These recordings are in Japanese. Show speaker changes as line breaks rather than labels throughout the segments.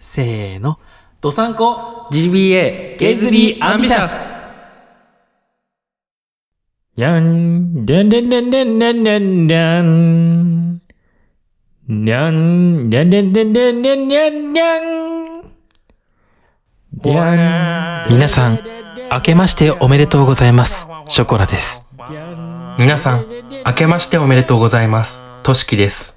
せーの。ドサンコ
GBA
ゲイズビーアンビシャス
やん、でんでんでんでんでんでんでん。にゃん、でんでんでんでんでんでんでん。にゃん。
皆さん、明けましておめでとうございます。ショコラです。
皆さん、明けましておめでとうございます。としきです。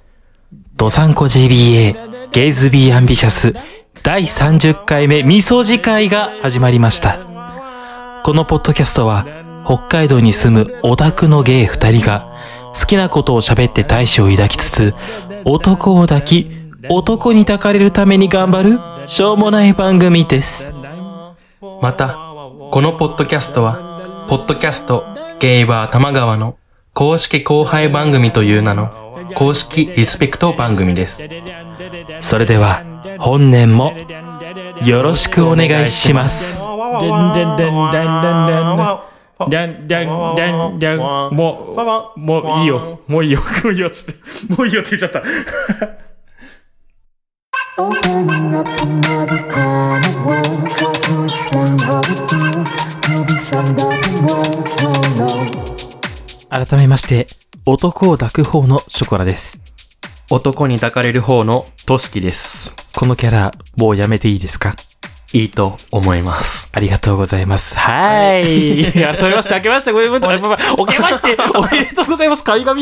ドサンコ GBA、ゲイズビーアンビシャス、第30回目味噌次会が始まりました。このポッドキャストは、北海道に住むオタクのゲイ二人が、好きなことを喋って大志を抱きつつ、男を抱き、男に抱かれるために頑張る、しょうもない番組です。
また、このポッドキャストは、ポッドキャストゲイバー玉川の公式後輩番組という名の公式リスペクト番組です。
それでは、本年もよろしくお願いします。
だんだんだんだんもう、もういいよ。もういいよ。もういいよ。つって。もういいよって言っちゃった。
Opening up another kind of world, try to explain how it feels to be somebody more alone.
改めまして、男を抱く方のショコラです。
男に抱かれる方のとしきです。
このキャラ、もうやめていいですか
いいと思います。
ありがとうございます。はい。 改めまして、明けまして、ごめんなさい。おけまして、おめでとうございます。神々。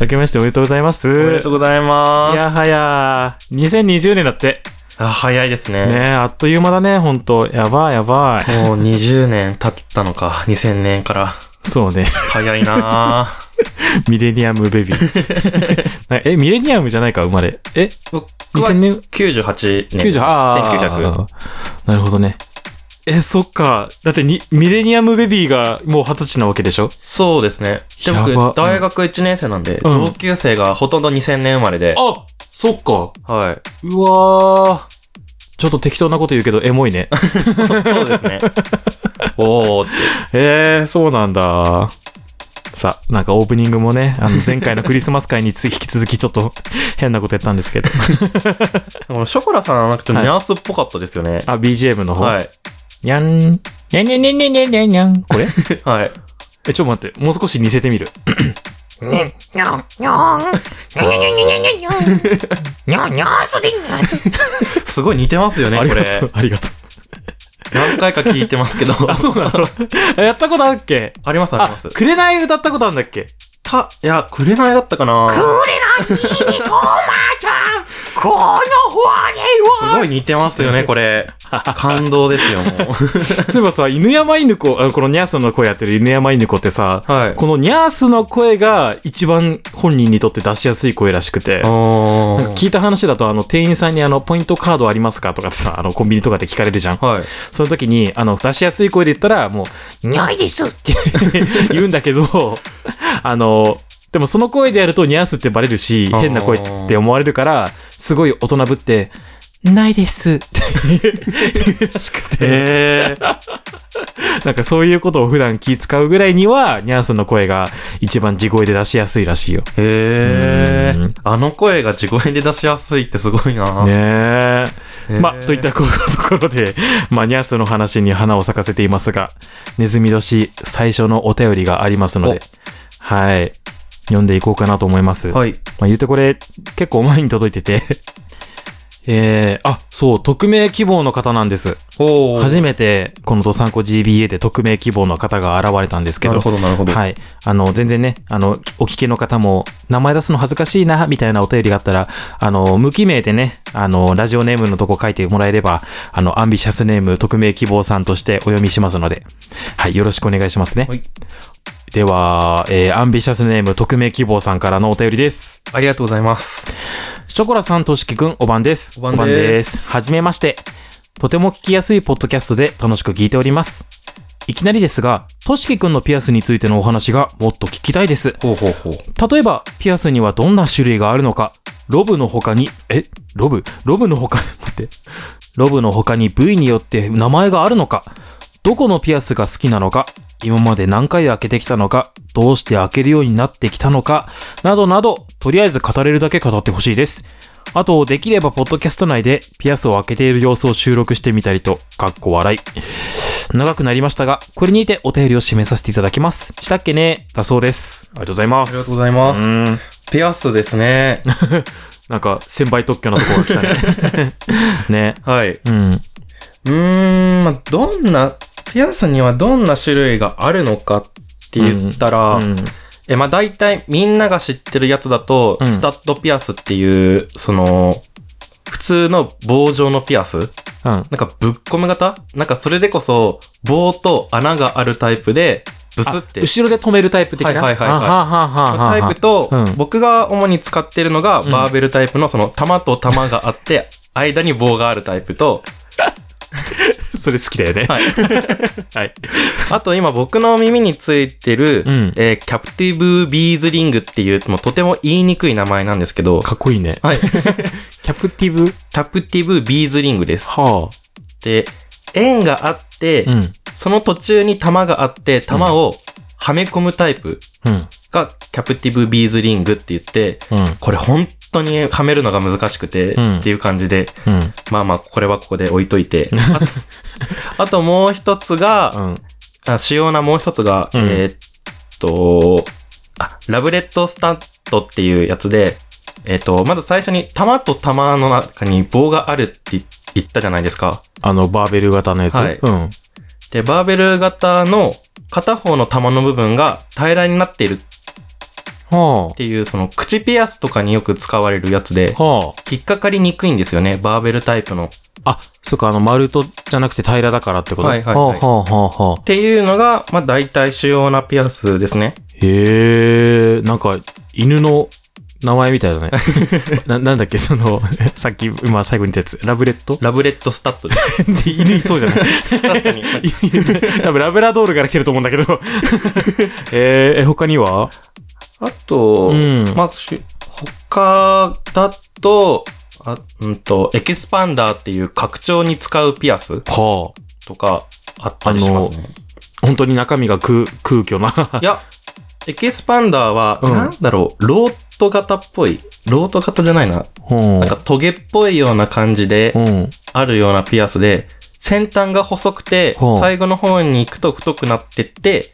明けまして、おめでとうございます。
おめでとうございま
いやはや、2020年だって。
す。あ、早いです
ね
ね。
えあっという間だね、ほんと。やばいやばい。
もう20年経ったのか、2000年から。
そうね。
早いなぁ。
ミレニアムベ ビー。え、ミレニアムじゃないか、生まれ。え
僕は
2000年
98年。
90、ああ、なるほどね。え、そっか。だってに、ミレニアムベビーがもう二十歳なわけでしょ
そうですね。で、
やば
僕
うん、
大学1年生なんで、
うん
同級生がほとんど2000年生まれで、
あそっか。
は
うわー。ちょっと適当なこと言うけど、エモい ね。
い。そうですね。おーって。
えー、そうなんだ。さあ、なんかオープニングもね、あの、前回のクリスマス会につ引き続きちょっと 変なことやったんです けど。
このショコラさんはなんかちょっとニュアンスっぽかったですよね。
あ、BGM の方。
はい。
にゃん。にゃんにゃんにゃんにゃんにゃんにゃんにゃん。これ
はい。
え、ちょっと待って。もう少し似せてみる。
すごい似てますよね、
あ
こ
りがと
れ
う。。ありがとう。
何回か聞いてますけど。あ、そうなの
え やったことあるっけ
ありますありま
あ
す、。
くれない歌ったことあるんだっけ
た、いや、紅だったかなすごい似てますよね、これ。感動ですよ、もう。
そういえばさ、犬山犬子、あのこのニャースの声やってる犬山犬子ってさ、
はい
このニャースの声が一番本人にとって出しやすい声らしくて、
お
なんか聞いた話だと、あの、店員さんにあの、ポイントカードありますかとかってさ、あの、コンビニとかで聞かれるじゃん。
はい。
その時に、あの、出しやすい声で言ったら、もう、にゃいですって言うんだけど、あの、でもその声でやるとニャースってバレるし、変な声って思われるから、すごい大人ぶって、ないですって言うらしくて。
えー。
なんかそういうことを普段気使うぐらいには、ニャースの声が一番地声で出しやすいらしいよ。
へ
う
ー。あの声が地声で出しやすいってすごいな
ねえ。
ー
まあ、といったこうところで、 まあ、ニャースの話に花を咲かせていますが、ネズミ年最初のお便りがありますので、はい。読んでいこうかなと思います。
はい。
まあ、言うてこれ、結構前に届いてて。 えー、あ、そう、匿名希望の方なんです。
おー。
初めて、このドサンコ GBA で匿名希望の方が現れたんですけ
な
ど
る、ほど、なるほど。
はい。あの、全然ね、あの、お聞きの方も、名前出すの恥ずかしいな、みたいなお便りがあったら、あの、無記名でね、あの、ラジオネームのとこ書いてもらえれば、あの、アンビシャスネーム、匿名希望さんとしてお読みしますので、はい、よろしくお願いしますね。
はい
では、えー、アンビシャスネーム、匿名希望さんからのお便りです。
ありがとうございます。
ショコラさん、としきくん、おばんです。
おばんです
すはじめまして。とても聞きやすいポッドキャストで楽しく聞いております。いきなりですが、としきくんのピアスについてのお話がもっと聞きたいです。
ほうほうほう。
例えば、ピアスにはどんな種類があるのか。ロブの他に、えロブロブの他に、 待って。ロブの他に部位によって名前があるのか。どこのピアスが好きなのか。今まで何回開けてきたのか。どうして開けるようになってきたのか、などなど、とりあえず語れるだけ語ってほしいです。あと、できればポッドキャスト内でピアスを開けている様子を収録してみたりと、かっこ笑い。長くなりましたが、これにてお便りを締めさせていただきます。したっけねだそうです。ありがとうございま
ありがと
す。
うございます。
うん。
ピアスですね。
なんか、先輩特許なところが来たね。 ね。
はい。う
うん。
ーん、まあ、どんな、ピアスにはどんな種類があるのかって言ったら、
うん
え、まあ、大体みんなが知ってるやつだと、
うん
スタッドピアスっていう、その、普通の棒状のピアス
うん。
なんかぶっ込む型なんかそれでこそ棒と穴があるタイプでブスって
後ろで止めるタイプ的な。
はいはいはいはい
あはあはあはあはあ
タイプと
うん
僕が主に使ってるのがバーベルタイプのその玉と玉があって間に棒があるタイプと
それ好きだよね。はい。 はい。
あと今僕の耳についてる
うん
えーキャプティブビーズリングっていうもうとても言いにくい名前なんです けど
かっこいいね。
はいキ
キャプティブ
ャプティブビーズリングです
は
で円があって
あ。うん。
その途中に玉があって玉をはめ込むタイプ
うん。
がキャプティブビーズリングって言って、
うん。
これ本当にはめるのが難しくて、
うん
っていう感じで、
うん。
まあまあこれはここで置いといて。 ああともう一つが、
うん。
あ主要なもう一つが、
うん
えーっとあ、ラブレッドスタッドっていうやつで、えーっと、まず最初に玉と玉の中に棒があるって言ったじゃないですか。
あの、バーベル型のやつ。
はい
うん。
で、バーベル型の片方の玉の部分が平らになっているっ
は
ていう、その口ピアスとかによく使われるやつで
あ。、は
引っかかりにくいんですよね、バーベルタイプの。っ
あ。あ、そっか、あの、丸とじゃなくて平らだからってこと
はいはいはい
はあはあはあはあ。
ていうのが、まあ大体主要なピアスですね。
へえ、なんか、犬の名前みたい だね。な、なんだっけ、その、 さっき、今最後に言ったやつ。ラブレッ ト
ラブレッドスタッドです。
犬いそうじゃない
確かに。
多分ラブラドールから来てると思うんだけ ど。えー、え、他には
あと、
うん
まあ、し他だと、あうんと、エキスパンダーっていう拡張に使うピアス
はあ。
とかあったりしますね。
本当に中身が空、空虚 な。
いや、エキスパンダーは、
うん
なんだろう、ロート型っぽい。ロート型じゃないな。
うん
なんかトゲっぽいような感じで
う、ん。
あるようなピアスで、先端が細くて、
ほう
最後の方に行くと太くなってって、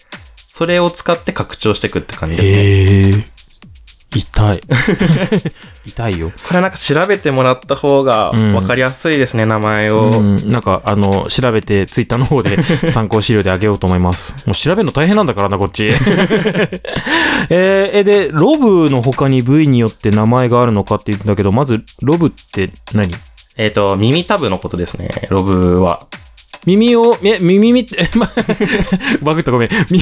それを使って拡張していくって感じですね。
へえー。 痛い。痛いよ。
これなんか調べてもらった方が
うん
分かりやすいですね、名前を。
うん、なんか、あの、調べて、ツイッターの方で参考資料であげようと思います。もう調べるの大変なんだからな、こっち。え ーえ、で、ロブの他に部位によって名前があるのかって言うんだけど、まず、ロブって何
えっ、と、耳タブのことですね、ロブは。
耳を、え、耳み、え、ま、 バグったごめん。み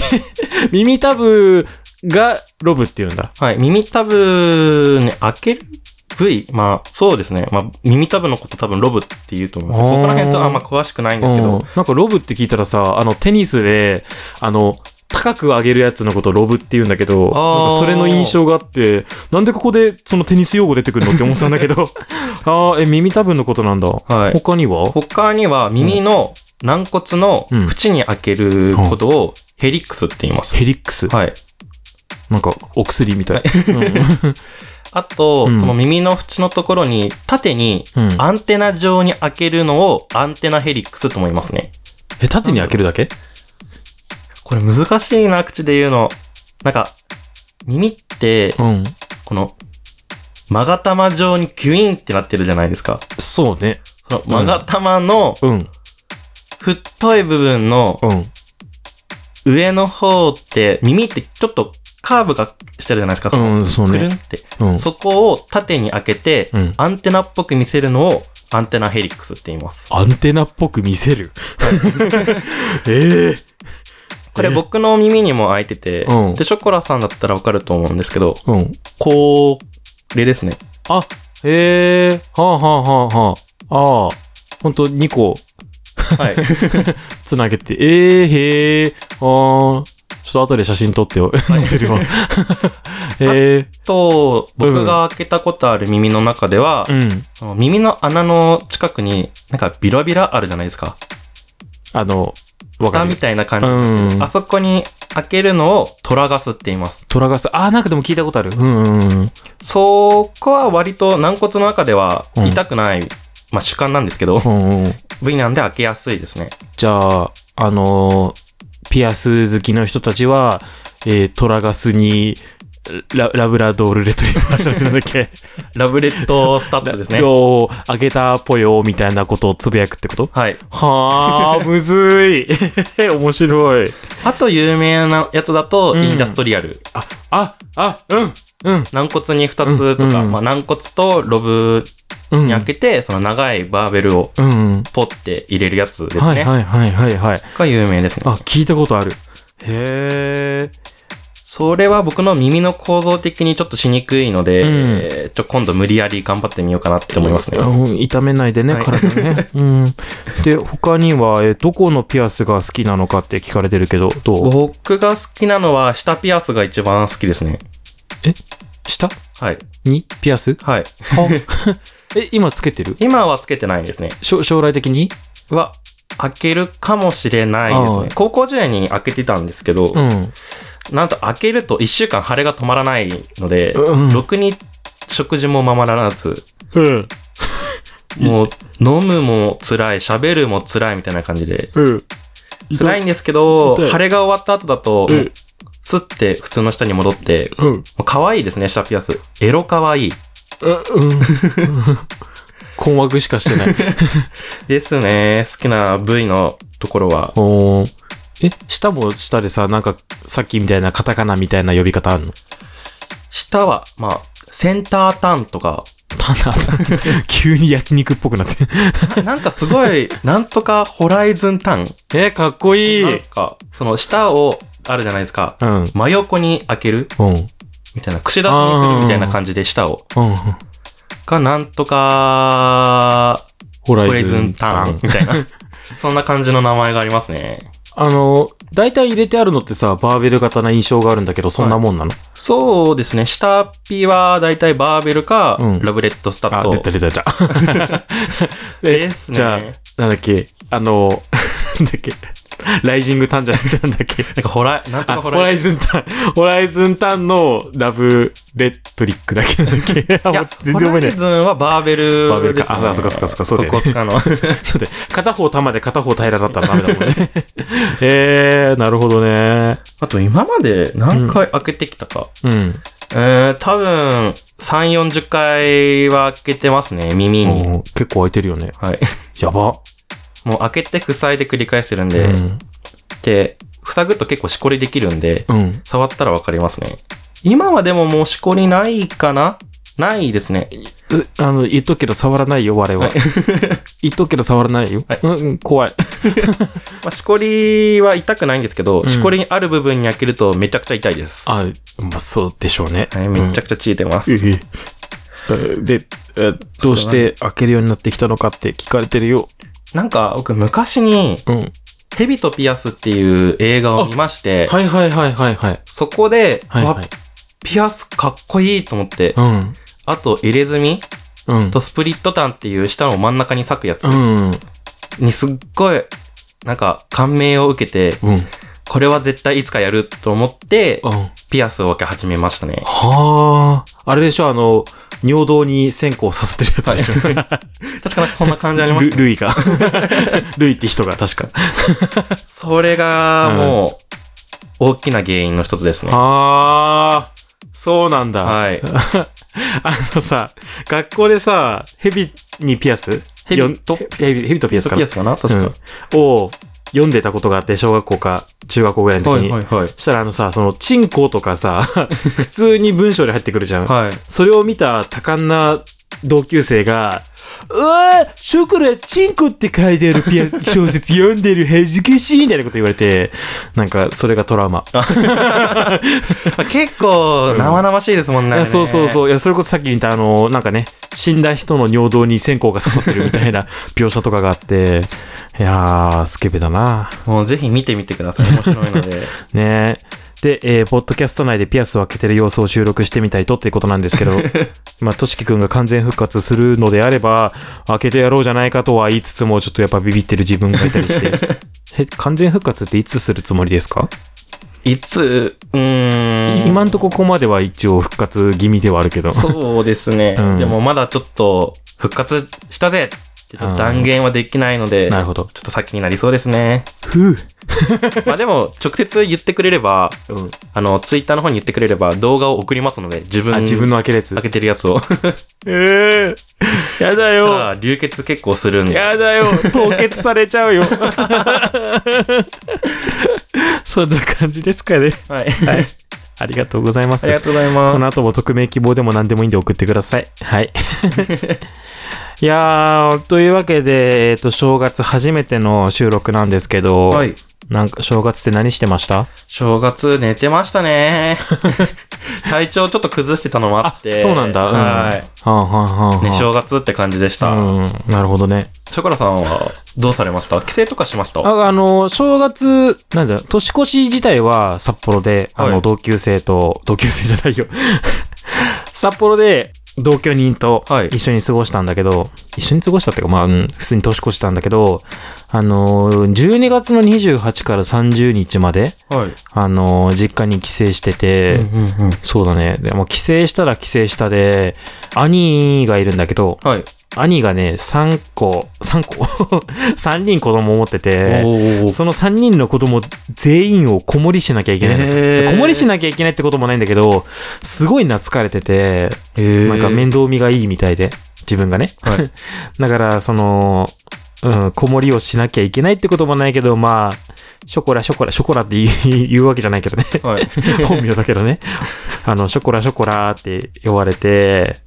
耳 タブがロブって言うんだ。
はい、耳タブに開ける部位まあ、そうですね。まあ、耳タブのこと多分ロブって言うと思うんですよ。
あー
ここら辺とあんま詳しくないん
う
ですけ
ん
ど。。
なんかロブって聞いたらさ、あの、テニスで、あの、高く上げるやつのことをロブって言うんだけど、
あー
なんかそれの印象があって、なんでここでそのテニス用語出てくるのって思ったんだけ ど、ああ、え、耳たぶんのことなんだ。
はい
他には
他には耳の軟骨の
うん
縁に開けることをヘリックスって言います。
ヘリックス。
はい。
なんか、お薬みたい。
あと、
うん
その耳の縁のところに縦に
うん
アンテナ状に開けるのをアンテナヘリックスと思いますね。
え、縦に開けるだけ
これ難しいな、口で言うの。なんか、耳って、
うん。
この、まがたま状にキュイーンってなってるじゃないですか。
そうね。
そのまがたまの
うん。
太い部分の
うん。
上の方って、耳ってちょっとカーブがしてるじゃないですか。
うん、そう
くるん
ね。
って。
うん。
そこを縦に開けて、
うん
アンテナっぽく見せるのをアンテナヘリックスって言います。
アンテナっぽく見せ る。ええ
これ僕の耳にも開いてて、
うん
で、ショコラさんだったらわかると思うんですけど、
うん。
これですね。
あ、へえ、はあはあはあはあ。ああ、ほんと2個
はい。
つなげて、ええへえ、ああ、ちょっと後で写真撮ってよ、載せ るわ。ええ、
と、僕が開けたことある耳の中では、
うん。
その耳の穴の近くに、なんかビラビラあるじゃないですか。
あの、か
蓋
る
みたいな感じ。
うん
あそこに開けるのをトラガスって言います。
トラガス。あー、なんかでも聞いたことある。うんうんうん。
そこは割と軟骨の中では
うん
痛くない、まあ主観なんですけど、
うんうん。
部位なんで開けやすいですね。
じゃあ、あのーピアス好きの人たちは、えートラガスに、ララブラドールレトリバーしたってなんだっ け
ラブレッドスタッドですね。
よう、あげたぽよ、みたいなことをつぶやくってこと
はい。
はあ、むずい。 面白い。
あと有名なやつだと、
ん
インダストリアル。
あ、あ、あ、うん、うん、
軟骨に2つとか、
うんうん
まあ軟骨とロブ
うん。
に開けて、その長いバーベルを
うんうん。
ポッて入れるやつですね。
はいはいはいはいはい。
が有名ですね。
あ、聞いたことある。へえ。
それは僕の耳の構造的にちょっとしにくいので、
うん
えーちょ今度無理やり頑張ってみようかなって思いますね。
うん痛めないでね、
はい
体 ね。うん。で、他には、え、どこのピアスが好きなのかって聞かれてるけど、どう
僕が好きなのは、下ピアスが一番好きですね。
下
はい。
にピアス
はい。
え、今つけてる
今はつけてないですね。
しょ将来的に
は、開けるかもしれないです
ああ
ね。高校時代に開けてたんですけど、
うん。
なんと開けると1週間腫れが止まらないので、
うん
ろくに食事もままならず、
うん。
もう飲むも辛い、喋るも辛いみたいな感じで、
うん。
辛いんですけど、
痛い
腫れが終わった後だと、
うん
すって普通の下に戻って、
うん。
もう可愛いですね、下ピアス。エロ可愛い。
うん。 困惑しかして ない。
ですね。好きな部位のところは。
おーえ、下も下でさ、なんか、さっきみたいなカタカナみたいな呼び方あるの
下は、まあ、センターターンとか、
ただ、 急に焼肉っぽくなって。
ななんかすごい、 なんとかホライズンターン。
え、かっこい
なんか、その下を、あるじゃないですか。
うん。
真横に開ける
うん。
みたいな、串出しにするみたいな感じで下を。
うん。
が、なんとか、
ホラ
ホラ
イ
イ
ズ
ズン
ン
タ
タ
ー
ー
ン
ン。
みたいな。そんな感じの名前がありますね。
あの、大体入れてあるのってさ、バーベル型な印象があるんだけど、そんなもんなの、
そうですね。下っぴはだいたいバーベルか、
うん
ラブレッドスタッ
あ、
ド。
出た出た出た。
で
え、
すね。
じゃあ、なんだっけ、あの、 なんだっけ、ライジングターンじゃなくてなんだっけ。
なんかホライ、なんと
あ
か
ホ
ホ
ラ
ライ
イズン ターン、ホライズンターンのラブレトリックだっけなんだっけあ
い
も
や
う全然覚えて
ホライ
ない。
ズンはバーベルです、ね。
バーベルかあそうかそうかそうかそうだよね
こあの、
そうで、片方玉で片方平らだったらダメだもん ね。えー、なるほどね。
あと今まで何回開けてきたか。
うん。
えー、多分、3、40回は開けてますね、耳に。
おー結構空いてるよね。
はい。
やば。
もう開けて塞いで繰り返してるんで、で、塞ぐと結構しこりできるんで、
うん。うん。
触ったらわかりますね。今はでももうしこりないかなないですね。
うあの、言っとくけど触らない よ、我は。言っとくけど触らないよ。
はい
うん、うん、怖い。
まあ、しこりは痛くないんですけど、
ん
しこりにある部分に開けるとめちゃくちゃ痛いです。
あ、まあ、そうでしょうね。
はい、めちゃくちゃ血出ます。
うんええで、えどうして開けるようになってきたのかって聞かれてるよ。
なんか、僕昔に、
うん。
ヘビとピアスっていう映画を見まして、
はいはいはいはいはい。
そこで、
はい
わ
はい。
ピアスかっこいいと思って、
うん。
あと入れ墨
うん。
とスプリットタンっていう下の真ん中に咲くやつ
うん。
にすっごい、なんか感銘を受けて、
うん。
これは絶対いつかやると思って、
うん。
ピアスを開け始めましたね。
はあ。あれでしょ、あの、尿道に線香を刺さってるやつでしょ。
確かなんかそんな感じありま
ル
した。
ルイ が。ルイって人が確か。
それが、もう、大きな原因の一つですね。
ああ、そうなんだ。
はい。
あのさ、学校でさ、ヘビにピアス
ヘビと
よんヘビヘビとピアスか
ピ
な
アスかな確か。
うんを読んでたことがあって、小学校か中学校ぐらいの時
は
に。
いはいはい。
したらあのさ、その、チンコとかさ、 普通に文章で入ってくるじゃん。
はい。
それを見た多感な同級生が、うわーショコラ、チンコって書いてあるピア小説読んでる恥ずかしいみたいなこと言われて、なんか、それがトラウマ。
まあ結構、生々しいですもんね。
いやそうそう
う。
そう。いや、それこそさっき言ったあの、なんかね、死んだ人の尿道に線香が刺さってるみたいな描写とかがあって、いやー、スケベだな。
もうぜひ見てみてください。面白いので。
ねで、えー、ポッドキャスト内でピアスを開けてる様子を収録してみたいとっていうことなんですけ ど、まあ、としきくんが完全復活する のであれば、開けてやろうじゃないかとは言いつつも、ちょっとやっぱビビってる自分がいたりして、へ完全復活っていつするつもりですか、
いつ、うーん。
今んとこここまでは一応復活気味ではあるけど。
そうですね。
うん
でもまだちょっと復活したぜってちょっと断言はできないので、
なるほど。
ちょっと先になりそうですね。
ふう。
まあでも、直接言ってくれれば、
うん。
あの、ツイッターの方に言ってくれれば動画を送りますので、自分
あ、自分の開けるやつ
開。けてるやつを。
ええやだ
ただ流血結構するんで。
やだよ凍結されちゃうよ そんな感じですかね。
はい。 あり
ありがとうございます。
がとうござい
こ
ま
の後も匿名希望でも何でもいいんで送ってください。はい。 いやー、というわけで、えっ、と、正月初めての収録なんですけど、
す。はい。
なんか正月って何してました
正月寝てまし たね。体調ちょっと崩してたのもあって。
そうなんだ。うん、
は
はあ、はあはあ、
い。ね、正月って感じでした。
うん、なるほどね。
ショコラさんはどうされました帰省とかしました
あ、あの、正月、なんだ、年越し自体は札幌で、あの、
はい
同級生と、同級生じゃないよ。 札幌で、同居人と
はい
一緒に過ごしたんだけど、一緒に過ごしたっていうか、まあ、うん普通に年越したんだけど、あの、12月の28から30日まで、
はい。
あの、実家に帰省してて、
うんうん。
そうだね。でも、帰省したら帰省したで、兄がいるんだけど、
はい。
兄がね、3個、3個 ?3 人子供を持ってて、
おー
その3人の子供全員を子守りしなきゃいけないんですよ。
へー
で子守りしなきゃいけないってこともないんだけど、すごい懐かれてて、なんか面倒見がいいみたいで、自分がね。
は
だから、その、うん、子守りをしなきゃいけないってこともないけど、まあ、ショコラ、ショコラ、ショコラって言う言うわけじゃないけどね。
はい。
本名だけどね。あの、ショコラショコラって呼ばれて、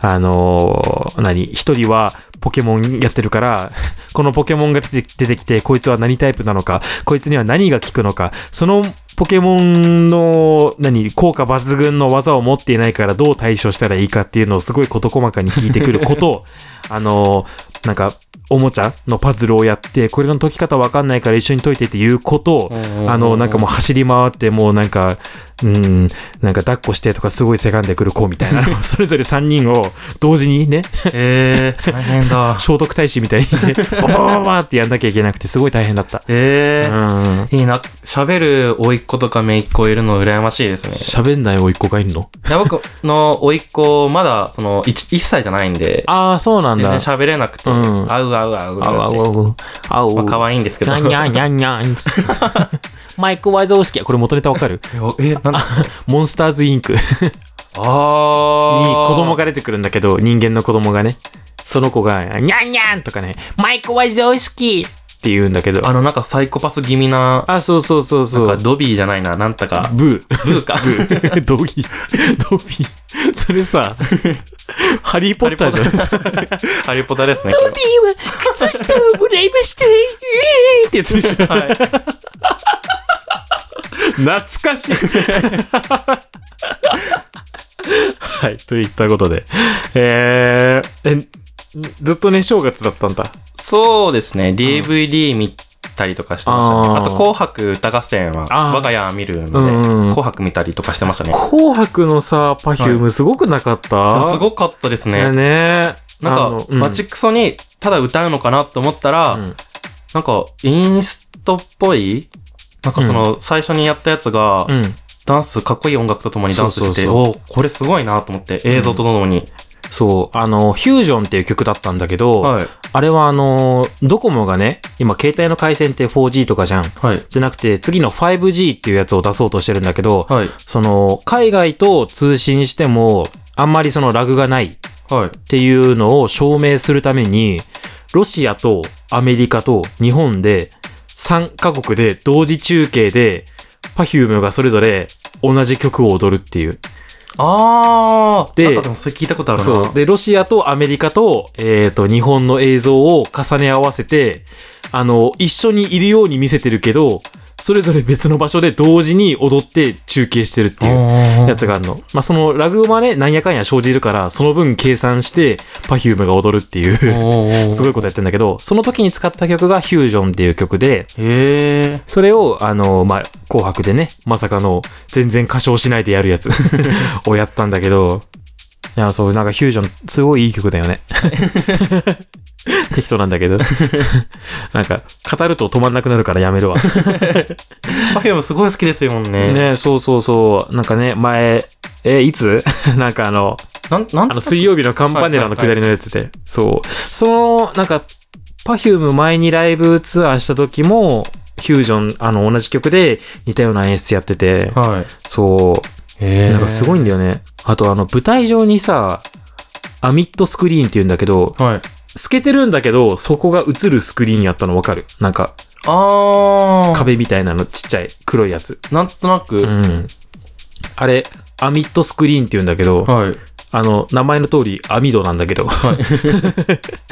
あのー何一人はポケモンやってるから、このポケモンが出て出てきて、こいつは何タイプなのか、こいつには何が効くのか、そのポケモンの、何、効果抜群の技を持っていないからどう対処したらいいかっていうのをすごい事細かに聞いてくることを、あのーなんか、おもちゃのパズルをやって、これの解き方わかんないから一緒に解いてっていうことを、 あの、なんかもう走り回って、もうなんか、うん、なんか抱っこしてとかすごいせがんでくる子みたいな、それぞれ3人を同時にね、
えー、大変だ。
聖徳太子みたいにね、バババババってやんなきゃいけなくてすごい大変だった。
え
う
ー。
ん。
いいな。喋る甥っ子とか姪っ子いるの羨ましいですね。
喋んない甥っ子がいるの
いや僕の甥っ子、まだ、その、1歳じゃないんで、
ああ、そうなん
全然
だ。
喋れなくて、
うん
あうあうあう
あわ
あ
あ
う
わあわあ
まあ、可
わ。
愛いんですけ
に
ど。
ゃんにゃんにゃんにゃん。マイク・ワイゾウスキこれ元ネタわかる
え、なんだ
モンスターズ・インク。
あー。
に子供が出てくるんだけど、人間の子供がね、その子が、にゃんにゃんとかね、マイクは常識って言うんだけど、
あ
あ、
の、なんかサイコパス気味な、
そうそうそう
なん
そ
か
う。
ドビーじゃないな、なんたか。
ブー。
ブーか。
ドビー。ドビー。それさ、ハリーポッターじゃないですか。ドビー
ハリポタですね。
は靴下をもらいました。イエーイってやつでしょ。懐かしい。はい、といったことで。えー、え、ずっとね、正月だったんだ。
そうですね。DVD 見たりとかしてました、
あー
ね。あと、紅白歌合戦は、
あー
我が家は見るので、
うんうん
紅白見たりとかしてましたね。
紅白のさ、パフュームすごくなかった、
いやすごかったですね。
ね。
なん
あ
か
の、うん
バチクソに、ただ歌うのかなと思ったら、
うん
なんか、インストっぽいなんかその、最初にやったやつが、
うん。
ダンス、かっこいい音楽とともにダンスして、
そうそう
おーこれすごいなと思って、映像とともに。
そう、あの、フュージョンっていう曲だったんだけど、
はい。
あれはあの、ドコモがね、今携帯の回線って 4G とかじゃん。
はい。
じゃなくて、次の 5G っていうやつを出そうとしてるんだけど、
はい。
その、海外と通信しても、あんまりそのラグがないっ
はい。
ていうのを証明するために、ロシアとアメリカと日本で、3カ国で同時中継で、Perfume がそれぞれ同じ曲を踊るっていう。
あー。
で
なんかでもそれ聞いたことあるな。
そう。で、ロシアとアメリカと、えっ、と、日本の映像を重ね合わせて、あの、一緒にいるように見せてるけど、それぞれ別の場所で同時に踊って中継してるっていうやつがあるの。まあ、そのラグはね、なんやかんや生じるから、その分計算して、パフュームが踊るっていう、
おー。おーおー
すごいことやってんだけど、その時に使った曲がフュージョンっていう曲で、
へー。
それを、あの、まあ、紅白でね、まさかの、全然歌唱しないでやるやつ をやったんだけど、いや、そう、なんかフュージョン、すごいいい曲だよね。 適当なんだけど。 なんか、語ると止まんなくなるからやめるわ。
パフュームすごい好きですよもんね。
ねそうそうそう。なんかね、前、え、いつ なんかあの、
なん、なん
あの、水曜日のカンパネラの下りのやつで。そう。その、なんか、パフューム前にライブツアーした時も、フュージョン、あの、同じ曲で似たような演出やってて、
はい。
そう。
え
なんかすごいんだよね。あと、あの、舞台上にさ、アミットスクリーンって言うんだけど、
はい。
透けてるんだけど、そこが映るスクリーンやったのわかるなんか、
あー。
壁みたいなの、ちっちゃい黒いやつ。
なんとな
う
く、
ん。あれ、アミットスクリーンって言うんだけど、
はい。
あの、名前の通り、網戸なんだけど。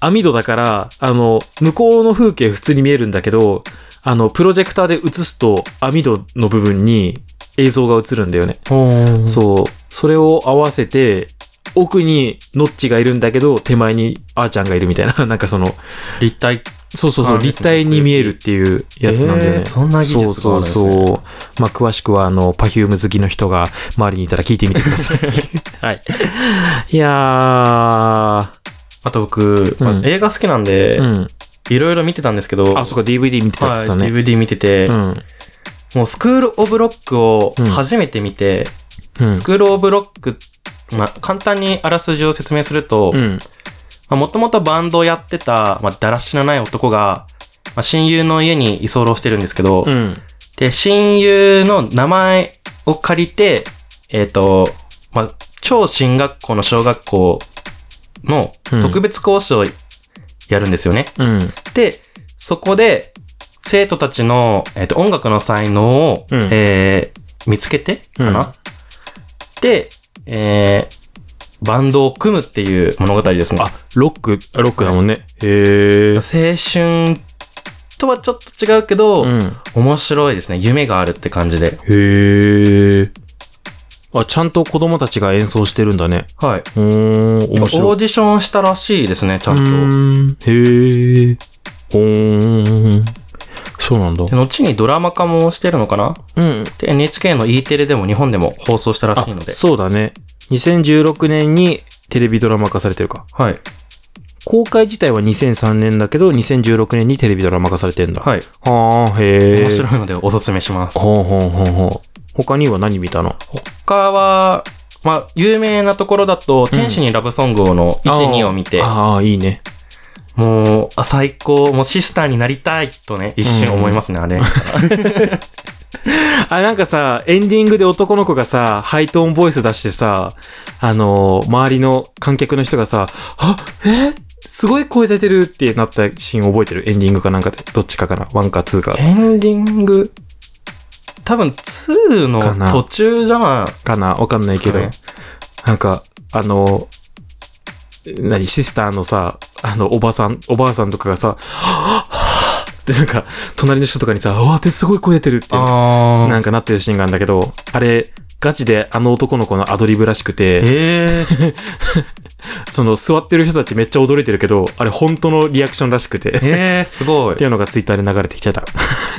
網戸だから、あの、向こうの風景普通に見えるんだけど、あの、プロジェクターで映すと、網戸の部分に映像が映るんだよね。
ほー
そう。それを合わせて、奥にノッチがいるんだけど、手前にあーちゃんがいるみたいな、 なんかその、
立体。
そうそうそ
あ
う、
ー
立体に見えるっていうやつなんだよね。
えーそんな技術があるんですね
そうそうそう。まあ、詳しくは、あの、パフューム好きの人が周りにいたら聞いてみてくださ い。
はい。
いや
あと僕、まあ
うん
映画好きなんで
ー、う、ん。
いろいろ見てたんですけど、
あ、そっか、DVD 見てたっ
は
つっ
い、
たね。
DVD 見てて、もうスクール・オブ・ロックを初めて見て、
うん。うん
ス。クール・オブ・ロック、まあ、簡単にあらすじを説明すると、
うん。
まあ、もともとバンドをやってた、まあ、だらしのない男が、まあ、親友の家に居候してるんですけど、
うん。
で、親友の名前を借りて、えっ、と、まあ、超進学校の小学校の特別講師をやるんですよね。
うん。
で、そこで、生徒たちの、えっと音楽の才能を、
うん
えー見つけてかな、
うん
で、えーバンドを組むっていう物語ですね。
あ、ロック、ロックだもんね。へえ。
青春とはちょっと違うけど、
うん。
面白いですね。夢があるって感じで。
へえ。あ、ちゃんと子供たちが演奏してるんだね。
はい。
うーん、
オ
面白
ー
い。
ディションしたらしいですね、ちゃ
うん
と。
ーん、へえ。ほーん。そうなんだ。
で後にドラマ化もしてるのかな
うん。
で、NHK の E テレでも日本でも放送したらしいので。
そうだね。2016年にテレビドラマ化されてるか。
はい。
公開自体は2003年だけど、2016年にテレビドラマ化されてんだ。
はい。
はあ、へえ。
面白いのでおすすめします。
ほうほうほうほう。他には何見たの
他は、まあ、有名なところだと、天使にラブソングをの1、2を見て、
ああ、いいね。
もう、あ、最高、もうシスターになりたいとね、一瞬思いますね、あれ。
あ、なんかさ、エンディングで男の子がさ、ハイトーンボイス出してさ、あのー周りの観客の人がさ、あ、えすごい声出てるってなったシーン覚えてるエンディングかなんかで。どっちかかなワンかツーか。
エンディング、多分2の
かな
途中じゃな
かなわかんないけど。
はい
なんか、あのー、何シスターのさ、あの、おばさん、おばあさんとかがさ、はぁはぁってなんか、隣の人とかにさ、うわってすごい声出てるっていうの
あ
なんかなってるシーンがあるんだけど、あれ、ガチであの男の子のアドリブらしくて、
ええ
その座ってる人たちめっちゃ驚いてるけど、あれ本当のリアクションらしくて、っ
ええす ごい
て。いうのがツイッターで流れてきてた。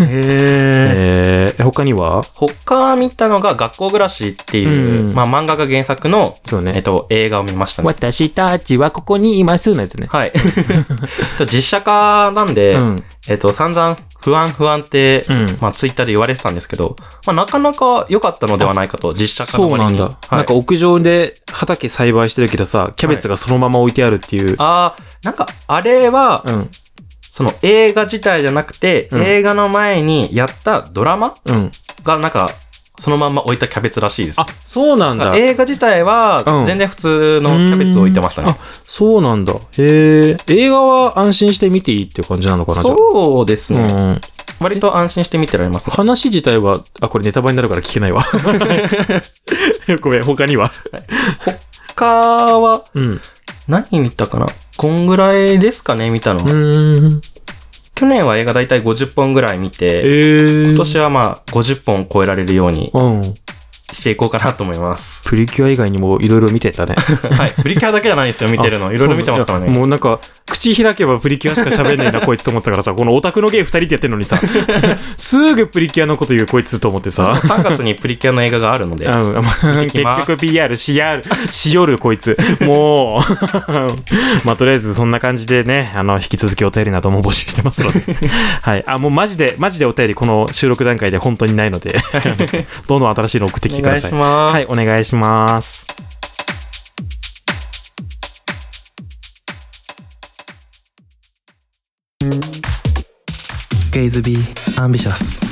ええ
えー、他には
他見たのが、学校暮らしっていう、
うん
まあ、漫画が原作の、
そう
えっ
ね。
と、映画を見ましたね。
私たちはここにいますのやつね。
はい。 ちょ実写化なんで、
うん。
えっと、散々不安不安って、
うん
まあツイッターで言われてたんですけど、まあなかなか良かったのではないかと、実写化の
そう
割
なん
に。
だ、
はい、
なんか屋上で畑栽培してるけどさ、キャベツがそのまま置いてあるっていう。
ああ、なんかあれは、
うん。
その映画自体じゃなくて、
うん
映画の前にやったドラマ
うん。
がなんか、そのまんま置いたキャベツらしいです。
あ、そうなん
な
だ
んか。映画自体
う
は
ん
全然普通のキャベツを置いてました
うーん
ね
あ。、そうなんだ。へえ。映画は安心して見ていいっていう感じなのかなじゃあ
そうですね、
うんうん。
割と安心して見てられますね。
話自体は、あ、これネタバレになるから聞けないわ。 ごめん、他には。
他は、
うん。
何見たかなこんぐらいですかね見たのは。
うん。
去年は映画大体50本ぐらい見て、
ええー。
今年はまあ50本超えられるように
うん。
していこうかなと思います。
プリキュア以外にもいろいろ見てた ね。
はい。プリキュアだけじゃないですよ、見てるの。
あ
いろいろ見てますから
そういや
ね。
もうなんか、口開けばプリキュアしか喋んねえな、こいつと思ったからさ、このオタクの芸二人でやってるのに さ、すぐプリキュアのこと言うこいつと思ってさ。
3月にプリキュアの映画が あるので
う。ん、まあ
行
結
きます
局 PR、CR、しよるこいつ。もう、 まあとりあえずそんな感じでね、あの、引き続きお便りなども募集してますの で。はい。あ、もうマジで、マジでお便りこの収録段階で本当にないので、 どんどん新しいの送ってきて
お
く
願
だ
い
さ
し
い。
ます。
はい、お願いします。
ゲイズビーアンビシャス。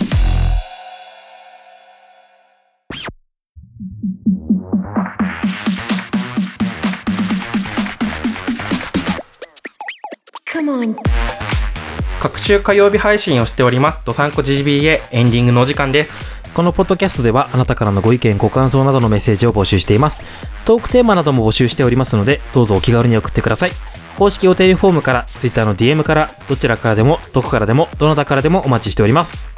各週火曜日配信をしております。ドサンコ GBA エンディングのお時間です。
このポッドキャストではあなたからのご意見、ご感想などのメッセージを募集しています。トークテーマなども募集しておりますので、どうぞお気軽に送ってください。公式お便りフォームから、Twitter の DM から、どちらからでも、どこからでも、どなたからでもお待ちしております。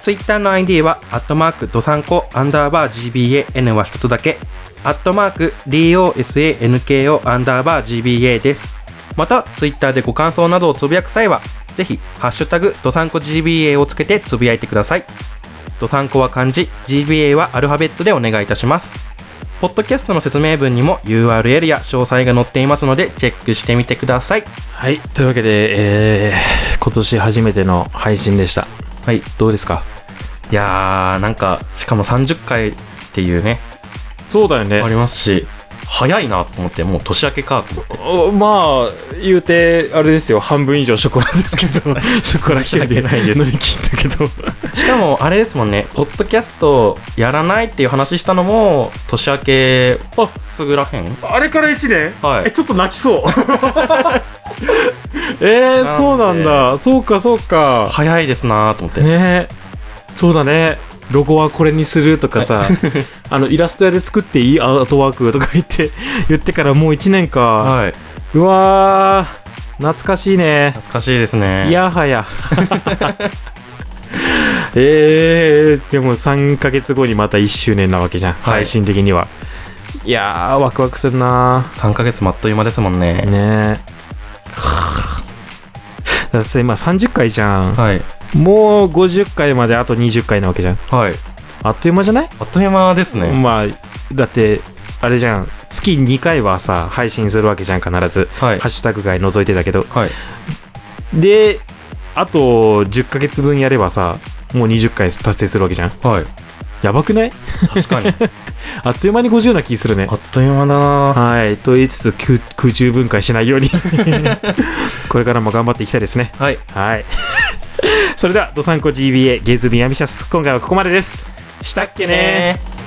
ツイッターの ID は、アットマーク、ドサンコ、アンダーバー GBAN は一つだけ、アットマーク、DOSANKO、アンダーバー GBA です。また、ツイッターでご感想などをつぶやく際は、ぜひ、ハッシュタグ、ドサンコ GBA をつけてつぶやいてください。ドサンコは漢字、GBA はアルファベットでお願いいたします。ポッドキャストの説明文にも URL や詳細が載っていますので、チェックしてみてください。
はい、というわけで、えー、今年初めての配信でした。
はい。
どうですか
いやー、なんか、しかも30回っていうね、
そうだよね
ありますし早いなと思ってもう年明けかと思って
まあ、言うて、あれですよ、半分以上ショコラですけど、 ショコラ一人で乗り切ったけど。
しかもあれですもんねポッドキャストやらないっていう話したのも年明けすぐらへん
あれから1年
はい
ちょっと泣きそう。 えー、そうなんだ。そうか、そうか。
早いですなと思って、
ねそうだね。ロゴはこれにするとかさ、 あの、イラスト屋で作っていいアートワークとか言って、言ってからもう1年か。
はい、
うわー懐かしいね
懐かしいですね
いやは やえー、でも3ヶ月後にまた1周年なわけじゃん、
はい
配信的にはいやーワクワクするな
3ヶ月もあっという間ですもんね
ーね えだってさ今30回じゃん、
はい
もう50回まであと20回なわけじゃん
はい
あっという間じゃない、
あっという間ですね
まあだってあれじゃん月2回はさ配信するわけじゃん必ず、
はい
ハッシュタグ外除いてだけど
はい
であと10ヶ月分やればさもう20回達成するわけじゃん
はい
やばくない
確 かに
あっという間に50な気するね
あっという間だな
はいと言いつつ空空中分解しないように これからも頑張っていきたいですね
はい
はい それではドサンコ GBA ゲイズビーアンビシャス今回はここまでですしたっけねー